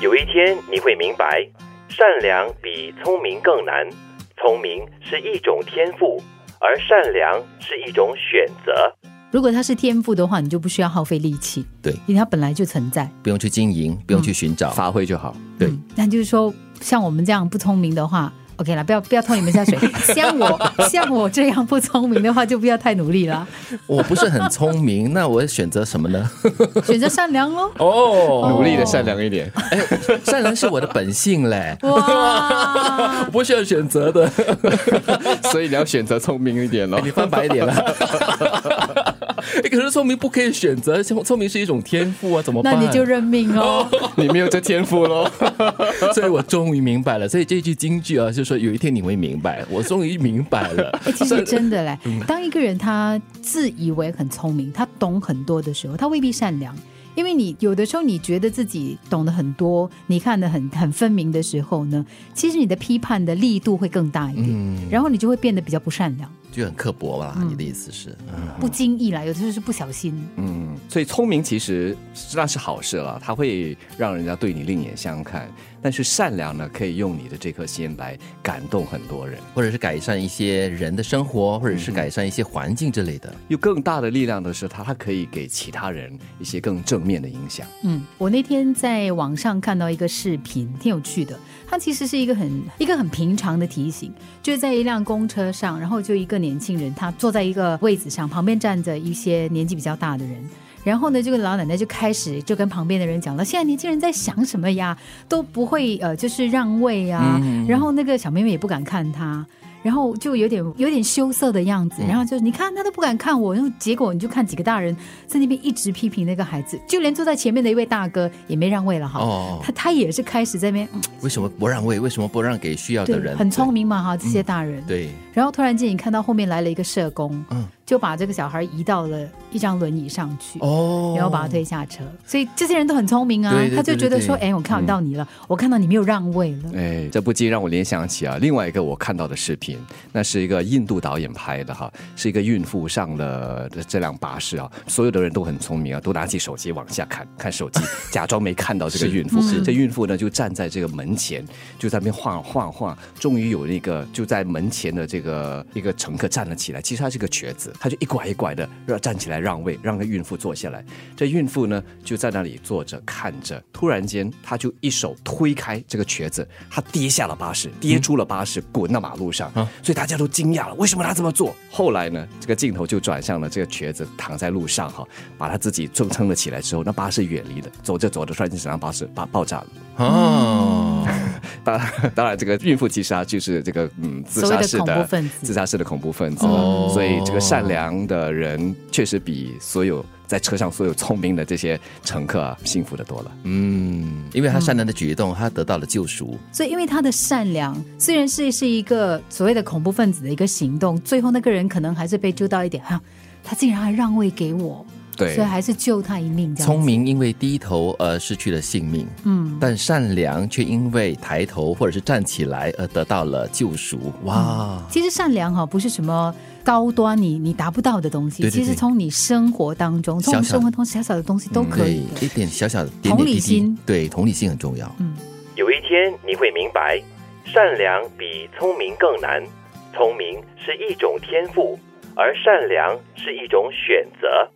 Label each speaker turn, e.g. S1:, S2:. S1: 有一天你会明白，善良比聪明更难。聪明是一种天赋，而善良是一种选择。
S2: 如果它是天赋的话，你就不需要耗费力气，
S3: 对，
S2: 因为它本来就存在。
S3: 不用去经营，不用去寻找，
S4: 发挥就好。
S3: 对
S2: 嗯，那就是说，像我们这样不聪明的话，OK 了，不要不要拖你们 下水。像我像我这样不聪明的话，就不要太努力了，
S3: 我不是很聪明，那我选择什么呢？
S2: 选择善良 喽。
S4: 哦，努力的善良一 点。
S3: 哎善良是我的本性嘞，
S2: 哇
S3: 我，不需要选择的。
S4: 所以你要选择聪明一点咯
S3: 哎。你翻白眼了。 哎可是聪明不可以选择，聪聪明是一种天赋啊，怎么
S2: 那
S3: 办？
S2: 你就认命哦。
S4: 你没有这天赋咯。
S3: 所以我终于明白了，所以这句京剧啊，就说有一天你会明白，我终于明白了。
S2: 哎、其实真的嘞，当一个人他自以为很聪明，他懂很多的时候，他未必善良。因为你有的时候你觉得自己懂得很多，你看得很很分明的时候呢，其实你的批判的力度会更大一点，然后你就会变得比较不善良，
S3: 就很刻薄啦，你的意思是？嗯
S2: 不经意啦，有的时候是不小心。
S4: 嗯， 所以聪明其实是那是好事了，它会让人家对你另眼相看。但是善良呢，可以用你的这颗心来感动很多人，
S3: 或者是改善一些人的生活，或者是改善一些环境之类的。
S4: 有更大的力量的是它，它可以给其他人一些更正面的影响。
S2: 嗯，我那天在网上看到一个视频，挺有趣的。它其实是一个很一个很平常的提醒，就是在一辆公车上，然后就一个年轻人，他坐在一个位子上，旁边站着一些年纪比较大的人。然后呢，这个老奶奶就开始就跟旁边的人讲了，现在年轻人在想什么呀？都不会呃，就是让位啊。然后那个小妹妹也不敢看他，然后就有点有点羞涩的样子，然后就是你看他都不敢看我，然后结果你就看几个大人在那边一直批评那个孩子，就连坐在前面的一位大哥也没让位了哈，
S3: 哦
S2: 他他也是开始在那边，嗯
S3: 为什么不让位？为什么不让给需要的
S2: 对，
S3: 人？
S2: 很聪明嘛哈，这些大人，
S3: 对。对，
S2: 然后突然间你看到后面来了一个社工，
S3: 嗯
S2: 就把这个小孩移到了一张轮椅上去，
S3: 哦，
S2: 然后把他推下车，所以这些人都很聪明啊，
S3: 对对对
S2: 他就觉得说，
S3: 对嗯对
S2: 哎，我看到你了，我看到你没有让位了，
S4: 哎，这不禁让我联想起啊，另外一个我看到的视频，那是一个印度导演拍的哈，是一个孕妇上了这辆巴士啊，所有的人都很聪明啊，都拿起手机往下看看手机， 假装没看到这个孕妇。这孕妇呢就站在这个门前，就在那边晃啊晃晃，终于有那个就在门前的这个一个乘客站了起来，其实他是个瘸子，他就一拐一拐的让站起来让位，让那孕妇坐下来。这孕妇呢就在那里坐着看着，突然间她就一手推开这个瘸子，她跌下了巴士，跌出了巴士，滚到马路上。所以大家都惊讶了，为什么她这么做？后来呢，这个镜头就转向了这个瘸子躺在路上哈，把他自己撑撑了起来之后，那巴士远离了，走着走着，突然间整辆巴士爆爆炸了。
S3: 哦，
S4: 当然，当然，这个孕妇其实她就是这个嗯自杀式
S2: 所谓的恐怖
S4: 的
S2: 分子
S4: 自杀式的恐怖分子。
S3: 哦
S4: 所以这个善良的人确实比所有在车上所有聪明的这些乘客啊，幸福的多了。
S3: 嗯，因为他善良的举动，他得到了救赎。
S2: 所以，因为他的善良，虽然是是一个所谓的恐怖分子的一个行动，最后那个人可能还是被救到一点，哈、他竟然还让位给我，
S4: 对
S2: 所以还是救他一命，这样子
S3: 聪。明因为低头而失去了性命，嗯，但善良却因为抬头或者是站起来而得到了救赎。哇，
S2: 其实善良哈、不是什么高端你你达不到的东西，
S3: 对对
S2: 其
S3: 对
S2: 实从你生活当中，从我们
S3: 小小的嗯
S2: 生活中小小的东西都可
S3: 对
S2: 以的。
S3: 一点小小的点点
S2: 同理
S3: 滴滴
S2: 心，
S3: 对，同理心很重要。
S1: 有一天你会明白，善良比聪明更难。聪明是一种天赋，而善良是一种选择。